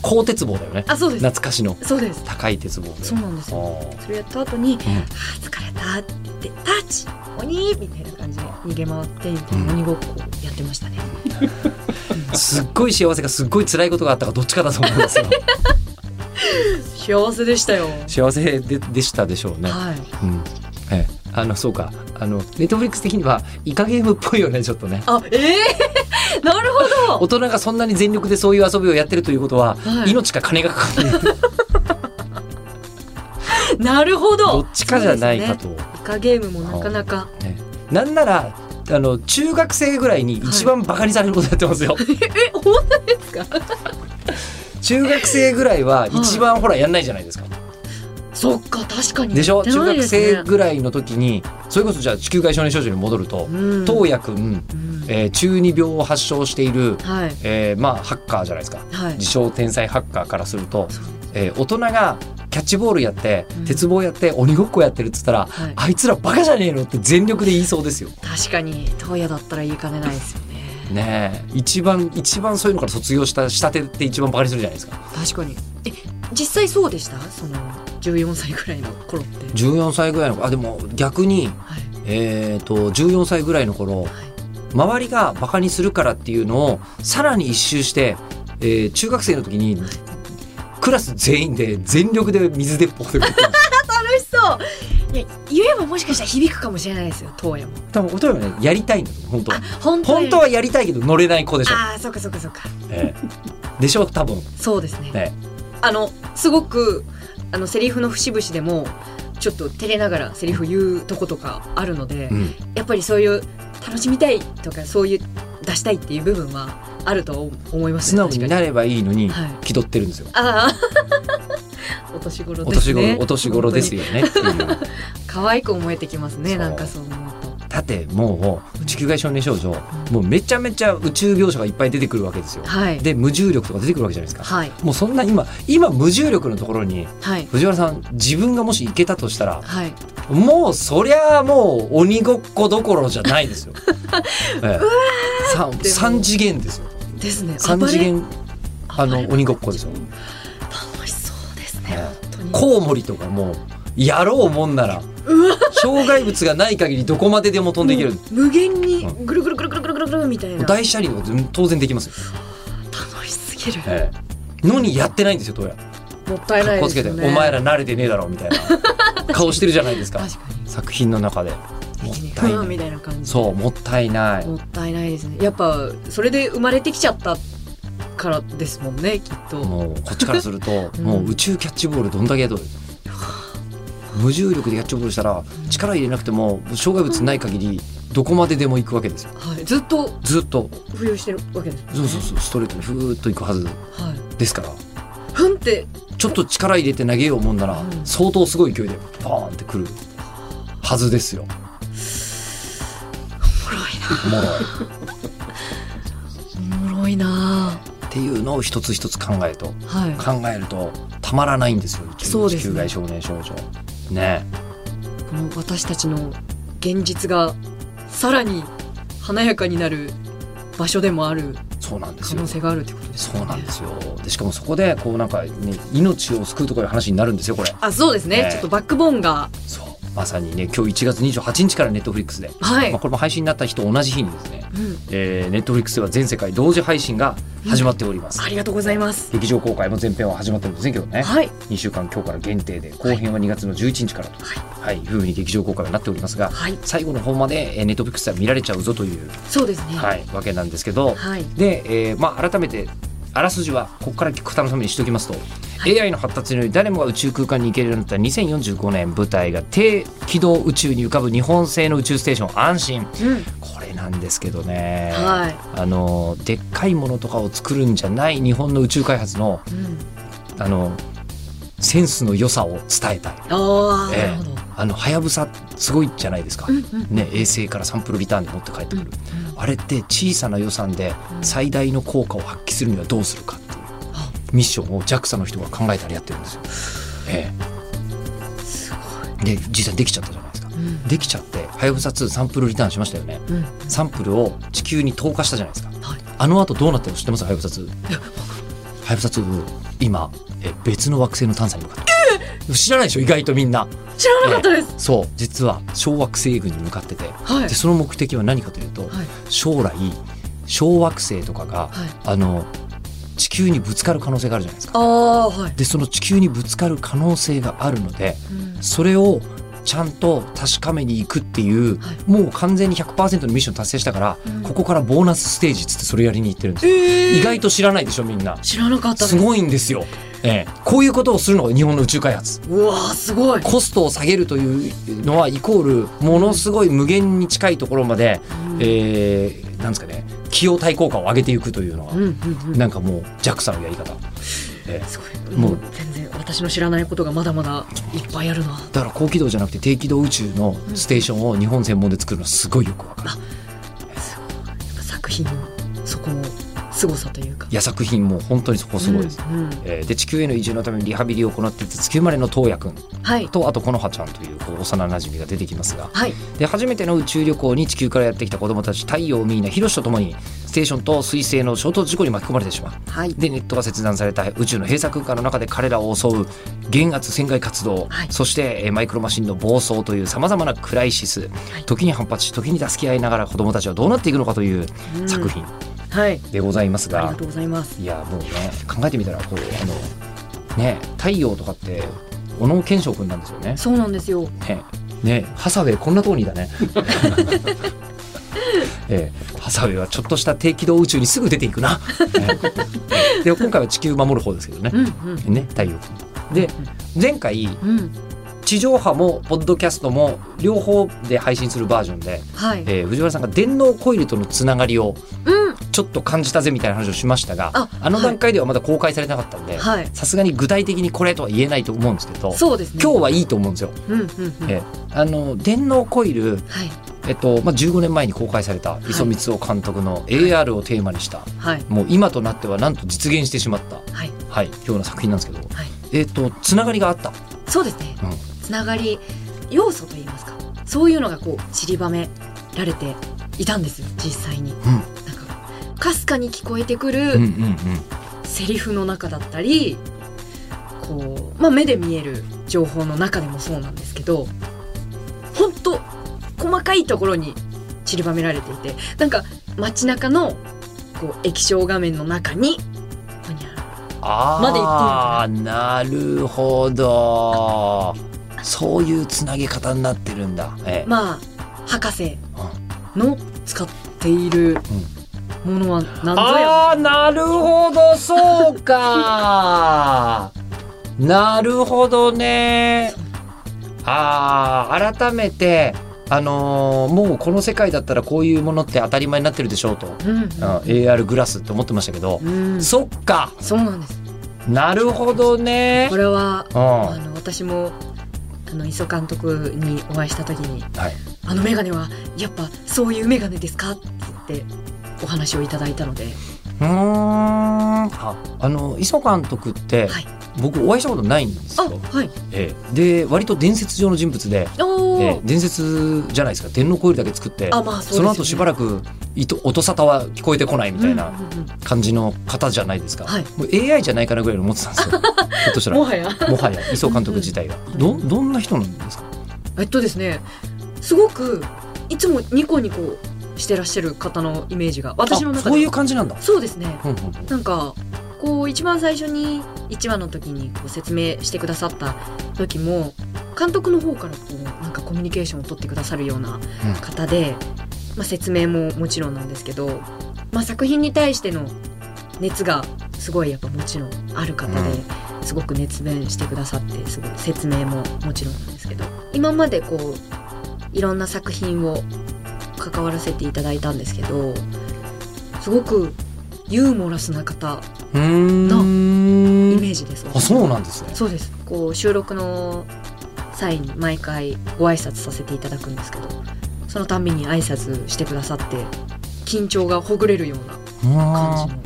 [SPEAKER 1] 高鉄棒だよね
[SPEAKER 2] あそうです
[SPEAKER 1] 懐かしの
[SPEAKER 2] そうです
[SPEAKER 1] 高い鉄棒で
[SPEAKER 2] そうなんですよ
[SPEAKER 1] あ
[SPEAKER 2] それやった後に
[SPEAKER 1] ーうん
[SPEAKER 2] 「あー疲れた」って言って「タッチ鬼!」みたいな感じで逃げ回ってみたいな鬼ごっこやってましたね、
[SPEAKER 1] すっごい幸せかすっごい辛いことがあったかどっちかだと思うんですよ
[SPEAKER 2] 幸せでしたよ、
[SPEAKER 1] 幸せででしたでしょうね、
[SPEAKER 2] はい
[SPEAKER 1] うんええ、あのそうかあのネットフリックス的にはイカゲームっぽいよねちょっとね
[SPEAKER 2] あええ なるほ
[SPEAKER 1] 大人がそんなに全力でそういう遊びをやってるということは、
[SPEAKER 2] ど、はい、
[SPEAKER 1] 命か金がかか る
[SPEAKER 2] なるほど
[SPEAKER 1] どっちかじゃないか
[SPEAKER 2] そう
[SPEAKER 1] と、
[SPEAKER 2] ですねイカゲームもなかなか
[SPEAKER 1] ねなんならあの中学生ぐらいに一番バカにされることやってますよ、
[SPEAKER 2] え本当ですか
[SPEAKER 1] 中学生ぐらいは一番ほらやんないじゃないですか、
[SPEAKER 2] そっか確かに
[SPEAKER 1] でしょ
[SPEAKER 2] やって
[SPEAKER 1] 中
[SPEAKER 2] ない
[SPEAKER 1] 学
[SPEAKER 2] ですね
[SPEAKER 1] 生ぐらいの時にそれこそじゃあ地球外少年少女に戻ると、
[SPEAKER 2] うん
[SPEAKER 1] 東也くん、
[SPEAKER 2] うん
[SPEAKER 1] えー中二病を発症している、
[SPEAKER 2] はい
[SPEAKER 1] えーまあハッカーじゃないですか
[SPEAKER 2] はい
[SPEAKER 1] 自称天才ハッカーからすると、
[SPEAKER 2] そう
[SPEAKER 1] えー大人がキャッチボールやって
[SPEAKER 2] うん
[SPEAKER 1] 鉄棒やって鬼ごっこやってるっつったら、
[SPEAKER 2] はい
[SPEAKER 1] あいつらバカじゃねえのって全力で言いそうですよ。
[SPEAKER 2] 確かに東野だったら言いかねないですよね
[SPEAKER 1] ねえ一番一番そういうのから卒業した下手って一番バカにするじゃないですか。
[SPEAKER 2] 確かにえ実際そうでしたその14歳ぐらいの頃って
[SPEAKER 1] 14歳ぐらいのあでも逆に、
[SPEAKER 2] はい
[SPEAKER 1] えー、と14歳ぐらいの頃
[SPEAKER 2] はい
[SPEAKER 1] 周りがバカにするからっていうのをさらに一周して、えー中学生の時にクラス全員で全力で水鉄砲で打ってました
[SPEAKER 2] 楽しそういや言えばもしかしたら響くかもしれないですよ東野も
[SPEAKER 1] 多分お父さんはねやりたいんだよ本当は
[SPEAKER 2] あ本当
[SPEAKER 1] 本当はやりたいけど乗れない子でしょ、
[SPEAKER 2] ああそっかそっかそっか
[SPEAKER 1] ええでしょ多分
[SPEAKER 2] そうですね
[SPEAKER 1] ね
[SPEAKER 2] あのすごくあのセリフの節々でもちょっと照れながらセリフ言うとことかあるので、
[SPEAKER 1] うん
[SPEAKER 2] やっぱりそういう楽しみたいとかそういう出したいっていう部分はあると思います
[SPEAKER 1] 素
[SPEAKER 2] ね
[SPEAKER 1] 直になればいいのに
[SPEAKER 2] 確かにはい
[SPEAKER 1] 気取ってるんですよ
[SPEAKER 2] ああ お年頃
[SPEAKER 1] お
[SPEAKER 2] で
[SPEAKER 1] 年
[SPEAKER 2] す
[SPEAKER 1] 頃
[SPEAKER 2] ね
[SPEAKER 1] お年頃です
[SPEAKER 2] よ
[SPEAKER 1] よねっていう
[SPEAKER 2] 可愛く思えてきます
[SPEAKER 1] そ
[SPEAKER 2] ね
[SPEAKER 1] う
[SPEAKER 2] なんかそう思うと
[SPEAKER 1] だってもう地球外少年少女もうめちゃめちゃ宇宙描写がいっぱい出てくるわけですよ
[SPEAKER 2] はい
[SPEAKER 1] で無重力とか出てくるわけじゃないですか
[SPEAKER 2] はい
[SPEAKER 1] もうそんな今今無重力のところに
[SPEAKER 2] はい
[SPEAKER 1] 藤原さん自分がもし行けたとしたら
[SPEAKER 2] はい
[SPEAKER 1] もうそりゃもう鬼ごっこどころじゃないですよ、 ええ、さ
[SPEAKER 2] でも
[SPEAKER 1] 三次元ですよ
[SPEAKER 2] ですね
[SPEAKER 1] 三次
[SPEAKER 2] 暴れ
[SPEAKER 1] 元あの
[SPEAKER 2] 暴れ
[SPEAKER 1] 鬼ごっこですよ
[SPEAKER 2] 楽しそうですね
[SPEAKER 1] え
[SPEAKER 2] 本当に
[SPEAKER 1] コウモリとかもやろうもんなら障害物がない限りどこまででも飛んでいける、
[SPEAKER 2] もう無限に
[SPEAKER 1] う
[SPEAKER 2] ぐるぐるぐるぐるぐるぐるぐるみたいな楽
[SPEAKER 1] 大車輪は当然できますよ、
[SPEAKER 2] しすぎる
[SPEAKER 1] ええのにやってないんですよどうや
[SPEAKER 2] もったい
[SPEAKER 1] か
[SPEAKER 2] な
[SPEAKER 1] っ
[SPEAKER 2] い
[SPEAKER 1] こ
[SPEAKER 2] で
[SPEAKER 1] つ
[SPEAKER 2] す
[SPEAKER 1] け
[SPEAKER 2] よ
[SPEAKER 1] て、
[SPEAKER 2] ね
[SPEAKER 1] お前ら慣れてねえだろ」みたいな顔してるじゃないですか
[SPEAKER 2] 確かに
[SPEAKER 1] 作品の中でもっ
[SPEAKER 2] 的に
[SPEAKER 1] たい
[SPEAKER 2] 不安
[SPEAKER 1] な
[SPEAKER 2] み
[SPEAKER 1] い
[SPEAKER 2] たいな感じ
[SPEAKER 1] そうもったいない
[SPEAKER 2] もったいないですねやっぱそれで生まれてきちゃったからですもんねきっと
[SPEAKER 1] もうこっちからすると、
[SPEAKER 2] うん
[SPEAKER 1] もう宇宙キャッチボールどんだけやどる無重力でキャッチボールしたら力入れなくても障害物ない限りどこまででも行くわけですよ
[SPEAKER 2] はい、ずっと
[SPEAKER 1] ずっと
[SPEAKER 2] 浮遊してるわけですもんね
[SPEAKER 1] そうそうそうストレートにふーっと行くはず
[SPEAKER 2] はい
[SPEAKER 1] ですから
[SPEAKER 2] ふんって
[SPEAKER 1] ちょっと力入れて投げようもんなら
[SPEAKER 2] うん
[SPEAKER 1] 相当すごい勢いでバーンってくるはずですよ
[SPEAKER 2] おもろい
[SPEAKER 1] おもろい
[SPEAKER 2] なおもろいな
[SPEAKER 1] っていうのを一つ一つ考えると
[SPEAKER 2] はい
[SPEAKER 1] 考えるとたまらないんですよ地
[SPEAKER 2] そう
[SPEAKER 1] 球
[SPEAKER 2] で
[SPEAKER 1] 地
[SPEAKER 2] す
[SPEAKER 1] 球
[SPEAKER 2] ね
[SPEAKER 1] 外少年少女ね
[SPEAKER 2] この私たちの現実がさらに華やかになる場所でもある
[SPEAKER 1] そうなんです
[SPEAKER 2] 可
[SPEAKER 1] よ
[SPEAKER 2] 能性があるってことですね
[SPEAKER 1] そうなんですよでしかもそこでこうなんか、ね、命を救うとかいう話になるんですよこれ
[SPEAKER 2] あそうですね
[SPEAKER 1] ね
[SPEAKER 2] ちょっとバックボーンが
[SPEAKER 1] そうまさにね今日1月28日からネットフリックスで、
[SPEAKER 2] はい、
[SPEAKER 1] まあ、これも配信になった日と同じ日にですね
[SPEAKER 2] うん、
[SPEAKER 1] えネットフリックスでは全世界同時配信が始まっております、
[SPEAKER 2] ありがとうございます
[SPEAKER 1] 劇場公開も前編は始まってるんですね今日ね、
[SPEAKER 2] はい
[SPEAKER 1] 2週間今日から限定で後編は2月の11日からと、はいいうふうに劇場公開になっておりますが
[SPEAKER 2] はい
[SPEAKER 1] 最後の方までえーネットフリックスでは見られちゃうぞという、
[SPEAKER 2] そうですね
[SPEAKER 1] はい、わけなんですけど
[SPEAKER 2] はい
[SPEAKER 1] で、えーまあ、改めてあらすじはここから聞く楽しみにしておきますと、AI の発達により誰もが宇宙空間に行けるようになった2045年舞台が低軌道宇宙に浮かぶ日本製の宇宙ステーション安心
[SPEAKER 2] うん
[SPEAKER 1] これなんですけどね、
[SPEAKER 2] はい
[SPEAKER 1] あのでっかいものとかを作るんじゃない日本の宇宙開発の
[SPEAKER 2] うん、
[SPEAKER 1] あのセンスの良さを伝えたい
[SPEAKER 2] ああ、
[SPEAKER 1] ええ
[SPEAKER 2] なるほど、
[SPEAKER 1] あのはやぶさすごいじゃないですか、
[SPEAKER 2] うんうん
[SPEAKER 1] ね、衛星からサンプルリターンで持って帰って
[SPEAKER 2] うん
[SPEAKER 1] くる、あれって小さな予算で最大の効果を発揮するにはどうするかっていう
[SPEAKER 2] あ
[SPEAKER 1] ミッションを JAXA の人が考えたりやってるんですよ。え
[SPEAKER 2] すごい、
[SPEAKER 1] え、で実際できちゃったじゃないですか。
[SPEAKER 2] うん
[SPEAKER 1] できちゃってはやぶさ2サンプルリターンしましたよね。
[SPEAKER 2] うん、
[SPEAKER 1] サンプルを地球に投下したじゃないですか。
[SPEAKER 2] はい
[SPEAKER 1] あの後どうなったの知ってますはやぶさ2。は
[SPEAKER 2] や
[SPEAKER 1] やぶさ2今え別の惑星の探査に向かって知らないでしょ意外とみんな。
[SPEAKER 2] 知らなかったです、
[SPEAKER 1] そう実は小惑星群に向かってて
[SPEAKER 2] は
[SPEAKER 1] で
[SPEAKER 2] い
[SPEAKER 1] その目的は何かというと
[SPEAKER 2] はい
[SPEAKER 1] 将来小惑星とかが
[SPEAKER 2] はい
[SPEAKER 1] あの地球にぶつかる可能性があるじゃないですか。
[SPEAKER 2] ああはい、
[SPEAKER 1] でその地球にぶつかる可能性があるので
[SPEAKER 2] うん
[SPEAKER 1] それをちゃんと確かめに行くっていう、
[SPEAKER 2] はい
[SPEAKER 1] もう完全に100%のミッション達成したから、
[SPEAKER 2] うん
[SPEAKER 1] ここからボーナスステージつってそれやりに行ってるんです
[SPEAKER 2] え
[SPEAKER 1] よ、
[SPEAKER 2] ー
[SPEAKER 1] 意外と知らないでしょみんな
[SPEAKER 2] 知らなかったで
[SPEAKER 1] す
[SPEAKER 2] す
[SPEAKER 1] ごいんですよ、ええ、こういうことをするのが日本の宇宙開発
[SPEAKER 2] うわーすごい、
[SPEAKER 1] コストを下げるというのはイコールものすごい無限に近いところまで、
[SPEAKER 2] うん
[SPEAKER 1] えーなんですかね費用対効果を上げていくというのは、
[SPEAKER 2] うんうんうん
[SPEAKER 1] なんかもう JAXA のやり方
[SPEAKER 2] すごい
[SPEAKER 1] も
[SPEAKER 2] も
[SPEAKER 1] う
[SPEAKER 2] う全然私の知らないことがまだまだいっぱいあるな
[SPEAKER 1] だから高軌道じゃなくて低軌道宇宙のステーションを日本専門で作るのはすごいよくわかる
[SPEAKER 2] すごいやっぱ作品のそこの凄さというか
[SPEAKER 1] いや作品も本当にそこすごいです、
[SPEAKER 2] うんうん
[SPEAKER 1] えーで地球への移住のためにリハビリを行っていて地球生まれの東也くん
[SPEAKER 2] はい
[SPEAKER 1] とあとこのはちゃんというこう幼馴染が出てきますが
[SPEAKER 2] はい
[SPEAKER 1] で初めての宇宙旅行に地球からやってきた子どもたち太陽ミーナヒロシと共にステーションと彗星の衝突事故に巻き込まれてしまう
[SPEAKER 2] はい
[SPEAKER 1] でネットが切断された宇宙の閉鎖空間の中で彼らを襲う減圧船外活動、
[SPEAKER 2] はい
[SPEAKER 1] そしてえーマイクロマシンの暴走というさまざまなクライシス、
[SPEAKER 2] い
[SPEAKER 1] 時に反発し時に助け合いながら子どもたちはどうなっていくのかという
[SPEAKER 2] うん
[SPEAKER 1] 作品
[SPEAKER 2] はい
[SPEAKER 1] でございます
[SPEAKER 2] あり
[SPEAKER 1] が
[SPEAKER 2] が、とうございます
[SPEAKER 1] いやもうね考えてみたらこうあのね太陽とかって小野賢章君なんですよね。
[SPEAKER 2] そうなんですよ
[SPEAKER 1] ねねハサウェイこんなとこにいた ね。 ええ、ハサウェイはちょっとした低軌道宇宙にすぐ出ていくな。ねで今回は地球守る方ですけどね
[SPEAKER 2] う。んうん
[SPEAKER 1] ね太陽君。で前回
[SPEAKER 2] うん
[SPEAKER 1] 地上波もポッドキャストも両方で配信するバージョンで、
[SPEAKER 2] はい
[SPEAKER 1] えー藤原さんが電脳コイルとのつながりを
[SPEAKER 2] うん
[SPEAKER 1] ちょっと感じたぜみたいな話をしましたがあ
[SPEAKER 2] あ
[SPEAKER 1] の
[SPEAKER 2] はい
[SPEAKER 1] 段階ではまだ公開されてなかったんで
[SPEAKER 2] はい
[SPEAKER 1] さすがに具体的にこれとは言えないと思うんですけど
[SPEAKER 2] そうですね
[SPEAKER 1] 今日はいいと思うんですよ。
[SPEAKER 2] うんうんうん
[SPEAKER 1] えあの電脳コイル、
[SPEAKER 2] はい
[SPEAKER 1] えっとまあ、15年前に公開された
[SPEAKER 2] い
[SPEAKER 1] 磯光雄監督の AR をテーマにした、
[SPEAKER 2] はい
[SPEAKER 1] もう今となってはなんと実現してしまった、
[SPEAKER 2] はい
[SPEAKER 1] はい、ような作品なんですけど、
[SPEAKER 2] はい
[SPEAKER 1] えっとつながりがあった。
[SPEAKER 2] そうですね
[SPEAKER 1] うん
[SPEAKER 2] つながり要素といいますかそういうのがこう散りばめられていたんですよ実際に
[SPEAKER 1] うん
[SPEAKER 2] なんかかすかに聞こえてく
[SPEAKER 1] うんう
[SPEAKER 2] る
[SPEAKER 1] んうん
[SPEAKER 2] セリフの中だったり、こう、まあ、目で見える情報の中でもそうなんですけどほんと細かいところに散りばめられていてなんか街中のこう液晶画面の中にほにゃら
[SPEAKER 1] あーなるほどそういうつなげ方になってるんだ、ええ
[SPEAKER 2] まあ博士の使っているものは何ぞや
[SPEAKER 1] あーなるほどそうか なるほどねあー改めてあのーもうこの世界だったらこういうものって当たり前になってるでしょうと、
[SPEAKER 2] う
[SPEAKER 1] う
[SPEAKER 2] ん
[SPEAKER 1] ん AR グラスって思ってましたけど、
[SPEAKER 2] うん、そ
[SPEAKER 1] そっか
[SPEAKER 2] うなんです
[SPEAKER 1] なるほどね
[SPEAKER 2] これは
[SPEAKER 1] うん
[SPEAKER 2] あの私もあの磯監督にお会いした時に
[SPEAKER 1] はい
[SPEAKER 2] 「あの眼鏡はやっぱそういう眼鏡ですか?」って言ってお話をいただいたので
[SPEAKER 1] うーんああの磯監督って、
[SPEAKER 2] はい
[SPEAKER 1] 僕お会いしたことないんです
[SPEAKER 2] あ
[SPEAKER 1] よ、
[SPEAKER 2] はい
[SPEAKER 1] ええで割と伝説上の人物で、
[SPEAKER 2] おお、
[SPEAKER 1] ええ伝説じゃないですか電脳コイルだけ作って
[SPEAKER 2] あまあそうです
[SPEAKER 1] そ
[SPEAKER 2] よ
[SPEAKER 1] の
[SPEAKER 2] ね
[SPEAKER 1] 後しばらくいと音沙汰は聞こえてこないみたいな
[SPEAKER 2] うんうんうん
[SPEAKER 1] 感じの方じゃないですか、
[SPEAKER 2] はい
[SPEAKER 1] もう AI じゃないかなぐらいの思ってたん ですよひょっとしたら
[SPEAKER 2] も
[SPEAKER 1] も
[SPEAKER 2] はや
[SPEAKER 1] はや磯監督自体がどどんな人なんですか
[SPEAKER 2] えっとですねすごくいつもニコニコしてらっしゃる方のイメージが私の
[SPEAKER 1] あ
[SPEAKER 2] 中で
[SPEAKER 1] そういう感じなんだ、
[SPEAKER 2] そうですね
[SPEAKER 1] うんうんうん
[SPEAKER 2] なんかこう一番最初に1話の時にこう説明してくださった時も監督の方からこうなんかコミュニケーションを取ってくださるような方で、まあ、説明ももちろんなんですけど、まあ、作品に対しての熱がすごいやっぱもちろんある方で、すごく熱弁してくださってすごい説明ももちろんなんですけど今までこういろんな作品を関わらせていただいたんですけどすごくユーモラスな方
[SPEAKER 1] うー
[SPEAKER 2] イ
[SPEAKER 1] ん
[SPEAKER 2] メージです、
[SPEAKER 1] あそうなんですね
[SPEAKER 2] そうですこう収録の際に毎回ご挨拶させていただくんですけどそのたんびに挨拶してくださって緊張がほぐれるような感じ
[SPEAKER 1] あー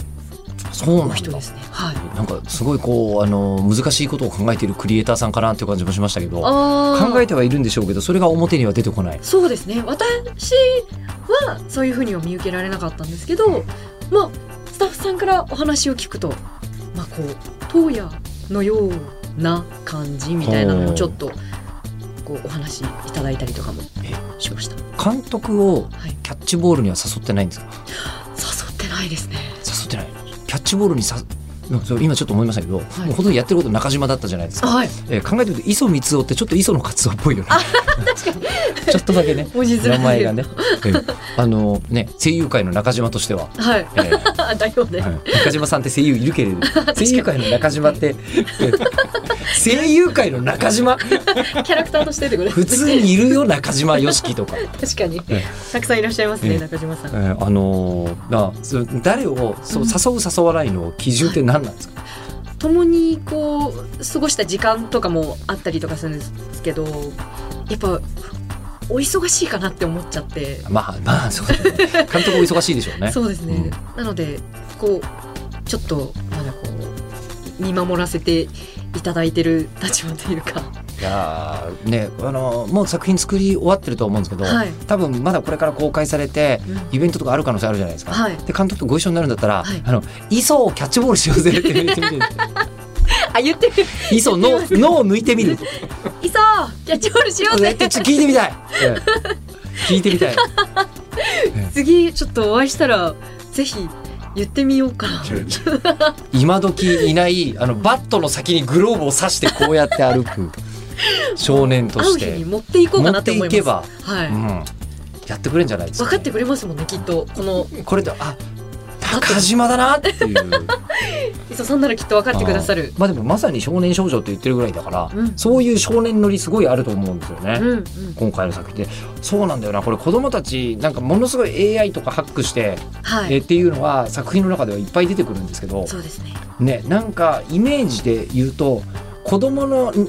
[SPEAKER 1] そう
[SPEAKER 2] の
[SPEAKER 1] なん
[SPEAKER 2] 人
[SPEAKER 1] だ
[SPEAKER 2] ですねはい
[SPEAKER 1] なんかすごいこうあの難しいことを考えているクリエイターさんかなっていう感じもしましたけど
[SPEAKER 2] あ
[SPEAKER 1] 考えてはいるんでしょうけどそれが表には出てこない
[SPEAKER 2] そうですね私はそういうふうには見受けられなかったんですけどまあスタッフさんからお話を聞くとまあこう当夜のような感じみたいなのもちょっとこうお話いただいたりとかもしました
[SPEAKER 1] 監督を
[SPEAKER 2] はい
[SPEAKER 1] キャッチボールには誘ってないんですか
[SPEAKER 2] 誘ってないですね
[SPEAKER 1] 誘ってないキャッチボールにさなんかそう今ちょっと思いましたけど、
[SPEAKER 2] はい
[SPEAKER 1] もうほとんどやってること中島だったじゃないですか、
[SPEAKER 2] はい
[SPEAKER 1] えー考えてみると磯光雄ってちょっと磯のカツオっぽいよね ちょっとだけね
[SPEAKER 2] 文字面で
[SPEAKER 1] 名前がね、えーあのね声優界の中島としては、
[SPEAKER 2] はい
[SPEAKER 1] えー
[SPEAKER 2] だよね
[SPEAKER 1] はい中島さんって声優いるけれ ど声優界の中島って 声優界の中島
[SPEAKER 2] キャラクターとしてってこと
[SPEAKER 1] 普
[SPEAKER 2] です
[SPEAKER 1] 通
[SPEAKER 2] ね
[SPEAKER 1] にいるよ中島よしきとか、
[SPEAKER 2] 確かに
[SPEAKER 1] え
[SPEAKER 2] たくさんいらっしゃいます
[SPEAKER 1] え
[SPEAKER 2] ね
[SPEAKER 1] え
[SPEAKER 2] 中島さ
[SPEAKER 1] え
[SPEAKER 2] ん
[SPEAKER 1] ーあのーなそう誰をそう誘う誘わないの基準って何なんですか、
[SPEAKER 2] 共にこう過ごした時間とかもあったりとかするんですけどやっぱお忙しいかなって思っちゃって、
[SPEAKER 1] まあまあそう ですね監督お忙しいでしょうね
[SPEAKER 2] そうですね、
[SPEAKER 1] うん
[SPEAKER 2] なのでこうちょっとまだこう見守らせていただいてる立場というか
[SPEAKER 1] いやーねあのーもう作品作り終わってると思うんですけど、
[SPEAKER 2] はい
[SPEAKER 1] 多分まだこれから公開されて
[SPEAKER 2] うん
[SPEAKER 1] イベントとかある可能性あるじゃないですか、
[SPEAKER 2] はい
[SPEAKER 1] で監督とご一緒になるんだったら「
[SPEAKER 2] はい
[SPEAKER 1] あの磯をキャッチボールしようぜ」って言って みて
[SPEAKER 2] あ言ってる
[SPEAKER 1] 「磯の脳を抜いてみる」
[SPEAKER 2] 「いそうキャッチボールしよう
[SPEAKER 1] ね
[SPEAKER 2] ぜ
[SPEAKER 1] ちょっと聞いてみたい、ええ聞いてみたい」
[SPEAKER 2] 次ちょっとお会いしたらぜひ言ってみようかな
[SPEAKER 1] 今時いないあのバットの先にグローブを刺してこうやって歩く少年と
[SPEAKER 2] 会
[SPEAKER 1] し
[SPEAKER 2] う日に
[SPEAKER 1] て、
[SPEAKER 2] 持っていこうかなって思
[SPEAKER 1] 持っ
[SPEAKER 2] います
[SPEAKER 1] ていけば
[SPEAKER 2] は
[SPEAKER 1] う
[SPEAKER 2] い、
[SPEAKER 1] ん、やってくれるんじゃないです
[SPEAKER 2] 分
[SPEAKER 1] か、
[SPEAKER 2] かってくれますもんねきっとこの
[SPEAKER 1] これであ中島だなっていう。
[SPEAKER 2] 磯さんならきっと分かってくださる
[SPEAKER 1] あーまあでもまさに少年少女って言ってるぐらいだから、
[SPEAKER 2] うん
[SPEAKER 1] そういう少年乗りすごいあると思うんですよね。
[SPEAKER 2] うんうん
[SPEAKER 1] 今回の作品でそうなんだよなこれ子供たちなんかものすごい AI とかハックして、
[SPEAKER 2] は
[SPEAKER 1] え
[SPEAKER 2] い
[SPEAKER 1] っていうのは作品の中ではいっぱい出てくるんですけど
[SPEAKER 2] そうですね
[SPEAKER 1] ねなんかイメージで言うと子供のん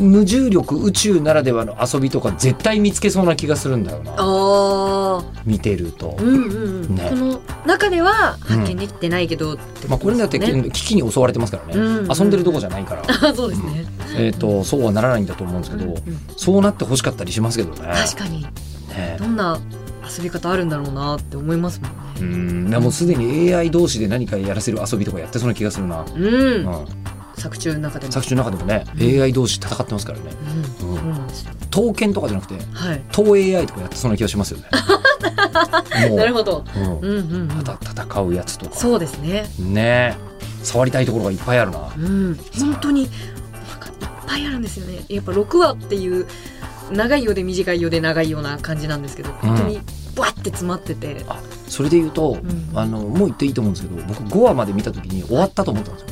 [SPEAKER 1] 無重力宇宙ならではの遊びとか絶対見つけそうな気がするんだよな
[SPEAKER 2] あ
[SPEAKER 1] 見てると
[SPEAKER 2] ーう。んうんうん、
[SPEAKER 1] ね
[SPEAKER 2] この中では発見できてないけどって
[SPEAKER 1] まあ、これだって危
[SPEAKER 2] ね
[SPEAKER 1] 機に襲われてますからね、
[SPEAKER 2] うん
[SPEAKER 1] 遊んでるとこじゃないから、
[SPEAKER 2] あそうですね、
[SPEAKER 1] えー、とそうはならないんだと思うんですけど、
[SPEAKER 2] うんうん
[SPEAKER 1] そうなって欲しかったりしますけどね。
[SPEAKER 2] 確かに
[SPEAKER 1] ね
[SPEAKER 2] どんな遊び方あるんだろうなって思いますもん
[SPEAKER 1] う
[SPEAKER 2] ね
[SPEAKER 1] ん、もうすでに AI 同士で何かやらせる遊びとかやってそうな気がするな。
[SPEAKER 2] うん、
[SPEAKER 1] うん、
[SPEAKER 2] 作中の中でも、
[SPEAKER 1] 作中の中でもね、
[SPEAKER 2] うん
[SPEAKER 1] AI 同士戦ってますからね。
[SPEAKER 2] うん、
[SPEAKER 1] うん
[SPEAKER 2] そうなんですよ
[SPEAKER 1] 刀剣とかじゃなくて、
[SPEAKER 2] はい
[SPEAKER 1] 刀 AI とかやってそうな気がし ますよね。もう
[SPEAKER 2] なるほど
[SPEAKER 1] うん
[SPEAKER 2] うんうん、うん、
[SPEAKER 1] ただ戦うやつとか。
[SPEAKER 2] そうですね
[SPEAKER 1] ね触りたいところがいっぱいあるな。
[SPEAKER 2] うん、本当になんかいっぱいあるんですよねやっぱ6話っていう長いようで短いようで長いような感じなんですけど本当にバッて詰まってて、
[SPEAKER 1] それで言うと、
[SPEAKER 2] うん
[SPEAKER 1] あのもう言っていいと思うんですけど僕5話まで見た時に終わったと思ったんですよ。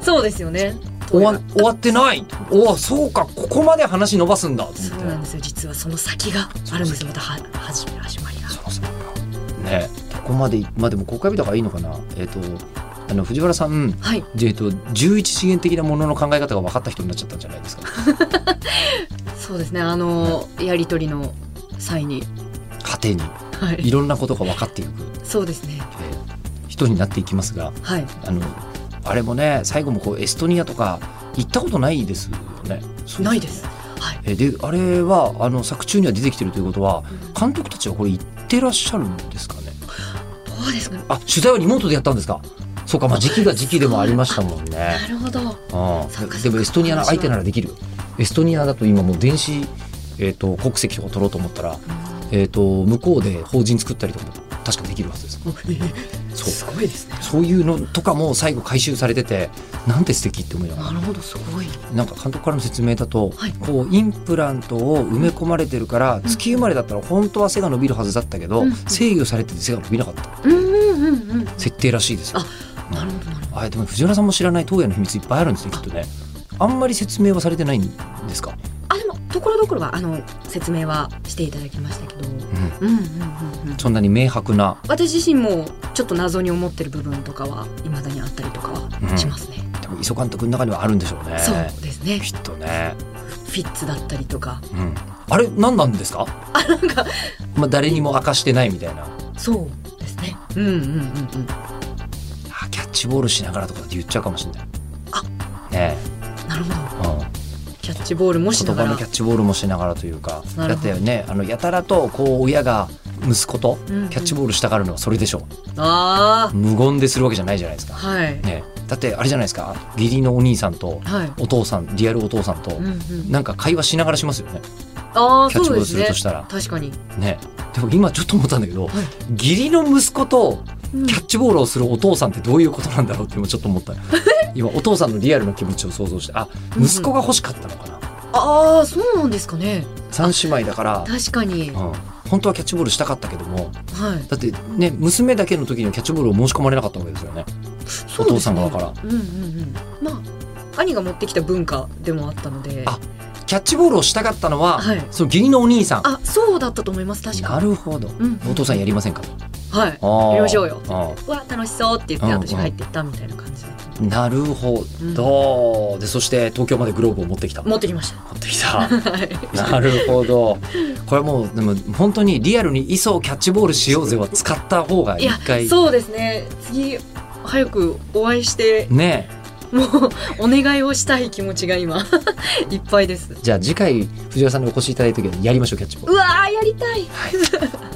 [SPEAKER 2] そうですよね
[SPEAKER 1] 終わ終わってないおおそうかここまで話伸ばすんだと思って。
[SPEAKER 2] そうなんですよ実はその先があるんですよまたは始め始まりが
[SPEAKER 1] そのさねここまでまあでも公開日だからいいのかなえっ、とあの藤原さん
[SPEAKER 2] はい
[SPEAKER 1] えっと11次元的なものの考え方が分かった人になっちゃったんじゃないですか
[SPEAKER 2] そうですねあのーやり取りの際に
[SPEAKER 1] 果てに
[SPEAKER 2] はいい
[SPEAKER 1] ろんなことが分かっていく、
[SPEAKER 2] そうですね
[SPEAKER 1] えー人になっていきますが
[SPEAKER 2] はい
[SPEAKER 1] あのあれもね最後もこうエストニアとか行ったことないですよねそう
[SPEAKER 2] ないですはい
[SPEAKER 1] えーであれはあの作中には出てきてるということは監督たちはこれ行ってらっしゃるんですかね
[SPEAKER 2] どうですかね
[SPEAKER 1] あ取材はリモートでやったんですかそうかまあ時期が時期でもありましたもんね
[SPEAKER 2] なるほど
[SPEAKER 1] あ
[SPEAKER 2] そうか
[SPEAKER 1] あ
[SPEAKER 2] そうか
[SPEAKER 1] でもエストニアの相手ならできるよエストニアだと今もう電子、えー、と国籍とか取ろうと思ったら、えー、と向こうで法人作ったりとかも確かできるはずです
[SPEAKER 2] おえー
[SPEAKER 1] そう
[SPEAKER 2] すごいですね
[SPEAKER 1] そういうのとかも最後回収されててなんて素敵って思いながら
[SPEAKER 2] なるほどすごい
[SPEAKER 1] なんか監督からの説明だと、
[SPEAKER 2] はい
[SPEAKER 1] こうインプラントを埋め込まれてるから月生まれだったら本当は背が伸びるはずだったけど、
[SPEAKER 2] うん
[SPEAKER 1] 制御されてて背が伸びなかった
[SPEAKER 2] うんうんうんうん
[SPEAKER 1] 設定らしいですよ。
[SPEAKER 2] ななるほどなるほ
[SPEAKER 1] あでも藤原さんも知らない東野の秘密いっぱいあるんですねきっとねあんまり説明はされてないんですか
[SPEAKER 2] どあでもところどころはあの説明はしていただきましたけど、うんうんうんうん、
[SPEAKER 1] そんなに明白な
[SPEAKER 2] 私自身もちょっと謎に思ってる部分とかはいまだにあったりとかはしますね、
[SPEAKER 1] でも磯監督の中にはあるんでしょうね
[SPEAKER 2] そうですね
[SPEAKER 1] きっとね、
[SPEAKER 2] フィッツだったりとか
[SPEAKER 1] うん、あれ何なんですか
[SPEAKER 2] あなんか
[SPEAKER 1] まあ、誰にも明かしてないみたいな
[SPEAKER 2] そうですねうんうんうんうん
[SPEAKER 1] あキャッチボールしながらとかって言っちゃうかもしれない
[SPEAKER 2] あ
[SPEAKER 1] ね
[SPEAKER 2] なるほど
[SPEAKER 1] え、うん、
[SPEAKER 2] キャッチボールもしな
[SPEAKER 1] 言
[SPEAKER 2] が
[SPEAKER 1] 葉
[SPEAKER 2] ら
[SPEAKER 1] のキャッチボールもしながらというか
[SPEAKER 2] な
[SPEAKER 1] だ
[SPEAKER 2] る
[SPEAKER 1] っ
[SPEAKER 2] ほど
[SPEAKER 1] てねあのやたらとこう親が息子と
[SPEAKER 2] うんうん
[SPEAKER 1] キャッチボールしたがるのはそれでしょ
[SPEAKER 2] あ
[SPEAKER 1] う無言でするわけじゃないじゃないです
[SPEAKER 2] あ
[SPEAKER 1] か、
[SPEAKER 2] はい
[SPEAKER 1] ねえ、だってあれじゃないですか義理のお兄さんと
[SPEAKER 2] はい
[SPEAKER 1] お父さんリアルお父さんと
[SPEAKER 2] うんうん
[SPEAKER 1] なんか会話しながらしますよね
[SPEAKER 2] ああ
[SPEAKER 1] キャッチ
[SPEAKER 2] そ
[SPEAKER 1] ボー
[SPEAKER 2] うで
[SPEAKER 1] ルす
[SPEAKER 2] す
[SPEAKER 1] る
[SPEAKER 2] ね
[SPEAKER 1] としたら
[SPEAKER 2] 確かに
[SPEAKER 1] ねえでも今ちょっと思ったんだけど、
[SPEAKER 2] はい
[SPEAKER 1] 義理の息子と
[SPEAKER 2] うん
[SPEAKER 1] キャッチボールをするお父さんってどういうことなんだろうって今ちょっと思 った今お父さんのリアルな気持ちを想像してあ
[SPEAKER 2] うん
[SPEAKER 1] 息子が欲しかったのかな
[SPEAKER 2] ああそうなんですかね
[SPEAKER 1] 三姉妹だから、
[SPEAKER 2] 確かに
[SPEAKER 1] うん、本当はキャッチボールしたかったけども
[SPEAKER 2] はい
[SPEAKER 1] だってね娘だけの時にキャッチボールを申し込まれなかったわけですよねお父さん側から
[SPEAKER 2] そうですねうんうんうんまあ兄が持ってきた文化でもあったので
[SPEAKER 1] あキャッチボールをしたかったのは、
[SPEAKER 2] はい
[SPEAKER 1] その義理のお兄さん
[SPEAKER 2] あそうだったと思います確か
[SPEAKER 1] なるほど
[SPEAKER 2] にうん
[SPEAKER 1] お父さんやりませんか
[SPEAKER 2] はい
[SPEAKER 1] や
[SPEAKER 2] やりましょうよ
[SPEAKER 1] あ
[SPEAKER 2] わ楽しそうって言って
[SPEAKER 1] うんうん
[SPEAKER 2] 私が入ってったみたいな感じだったの
[SPEAKER 1] ー
[SPEAKER 2] で
[SPEAKER 1] なるほど、でそして東京までグローブを持ってきた
[SPEAKER 2] 持ってきました
[SPEAKER 1] 持ってきた
[SPEAKER 2] はい
[SPEAKER 1] なるほどこれもうでも本当にリアルに「磯をキャッチボールしようぜ」は使った方が
[SPEAKER 2] い
[SPEAKER 1] 一
[SPEAKER 2] や
[SPEAKER 1] 回
[SPEAKER 2] そうですね次早くお会 いして
[SPEAKER 1] ね
[SPEAKER 2] もうお願いをしたい気持ちが今 いっぱいです
[SPEAKER 1] じゃあ次回藤原さんにお越しいただいた時にやりましょうキャッチボー
[SPEAKER 2] う
[SPEAKER 1] ル。
[SPEAKER 2] わーやりた い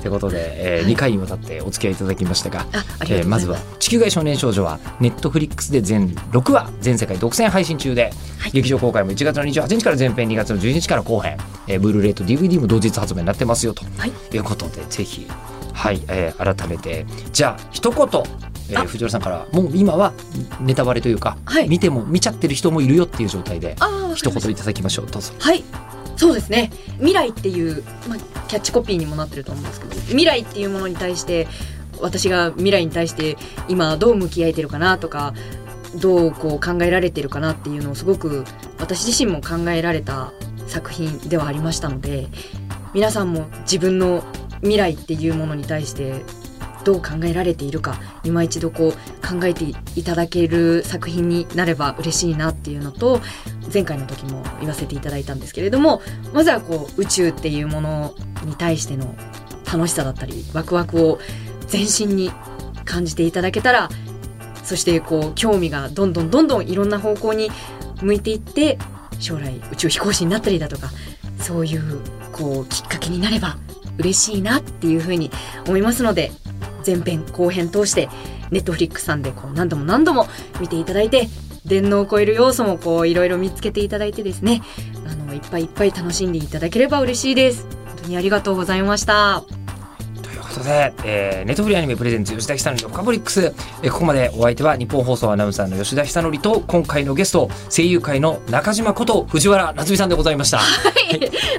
[SPEAKER 1] ということで、え
[SPEAKER 2] はい
[SPEAKER 1] 2回にわたってお付き合いいただきましたが
[SPEAKER 2] ああり
[SPEAKER 1] えー
[SPEAKER 2] がとうご
[SPEAKER 1] ま
[SPEAKER 2] ざい
[SPEAKER 1] ず
[SPEAKER 2] ま
[SPEAKER 1] は
[SPEAKER 2] す、
[SPEAKER 1] 「地球外少年少女」はネットフリックスで全6話全世界独占配信中で、
[SPEAKER 2] はい
[SPEAKER 1] 劇場公開も1月の28日から前編2月の12日から後編、えーブルーレイと DVD も同日発売になってますよと
[SPEAKER 2] はい
[SPEAKER 1] いうことで、ぜひ、はいえー改めてじゃあ一言、えー
[SPEAKER 2] あ
[SPEAKER 1] 藤原さんからもう今はネタバレというか、
[SPEAKER 2] はい
[SPEAKER 1] 見ても見ちゃってる人もいるよっていう状態で
[SPEAKER 2] あーわかりました
[SPEAKER 1] 一言いただきましょうどうぞ。
[SPEAKER 2] はいそうですね未来っていう、まあ、キャッチコピーにもなってると思うんですけど未来っていうものに対して私が未来に対して今どう向き合えてるかなとかどうこう考えられてるかなっていうのをすごく私自身も考えられた作品ではありましたので皆さんも自分の未来っていうものに対してどう考えられているか今一度こう考えていただける作品になれば嬉しいなっていうのと前回の時も言わせていただいたんですけれどもまずはこう宇宙っていうものに対しての楽しさだったりワクワクを全身に感じていただけたらそしてこう興味がどんどんどんどんいろんな方向に向いていって将来宇宙飛行士になったりだとかそういうこうきっかけになれば嬉しいなっていうふうに思いますので前編後編通してネットフリックスさんでこう何度も何度も見ていただいて電脳を超える要素もこういろいろ見つけていただいてですねあのいっぱいいっぱい楽しんでいただければ嬉しいです本当にありがとうございました
[SPEAKER 1] ということで、えーネットフリアニメプレゼンツ吉田久典のフカボリックス、えーここまでお相手は日本放送アナウンサーの吉田久典と今回のゲスト声優界の中島こと藤原夏美さんでございました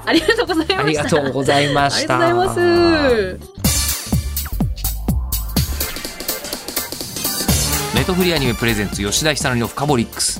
[SPEAKER 2] ありがとうございました
[SPEAKER 1] ありがとうございました
[SPEAKER 2] ありがとうございます
[SPEAKER 3] ネットフリーアニメプレゼンツ吉田久典のフカボリックス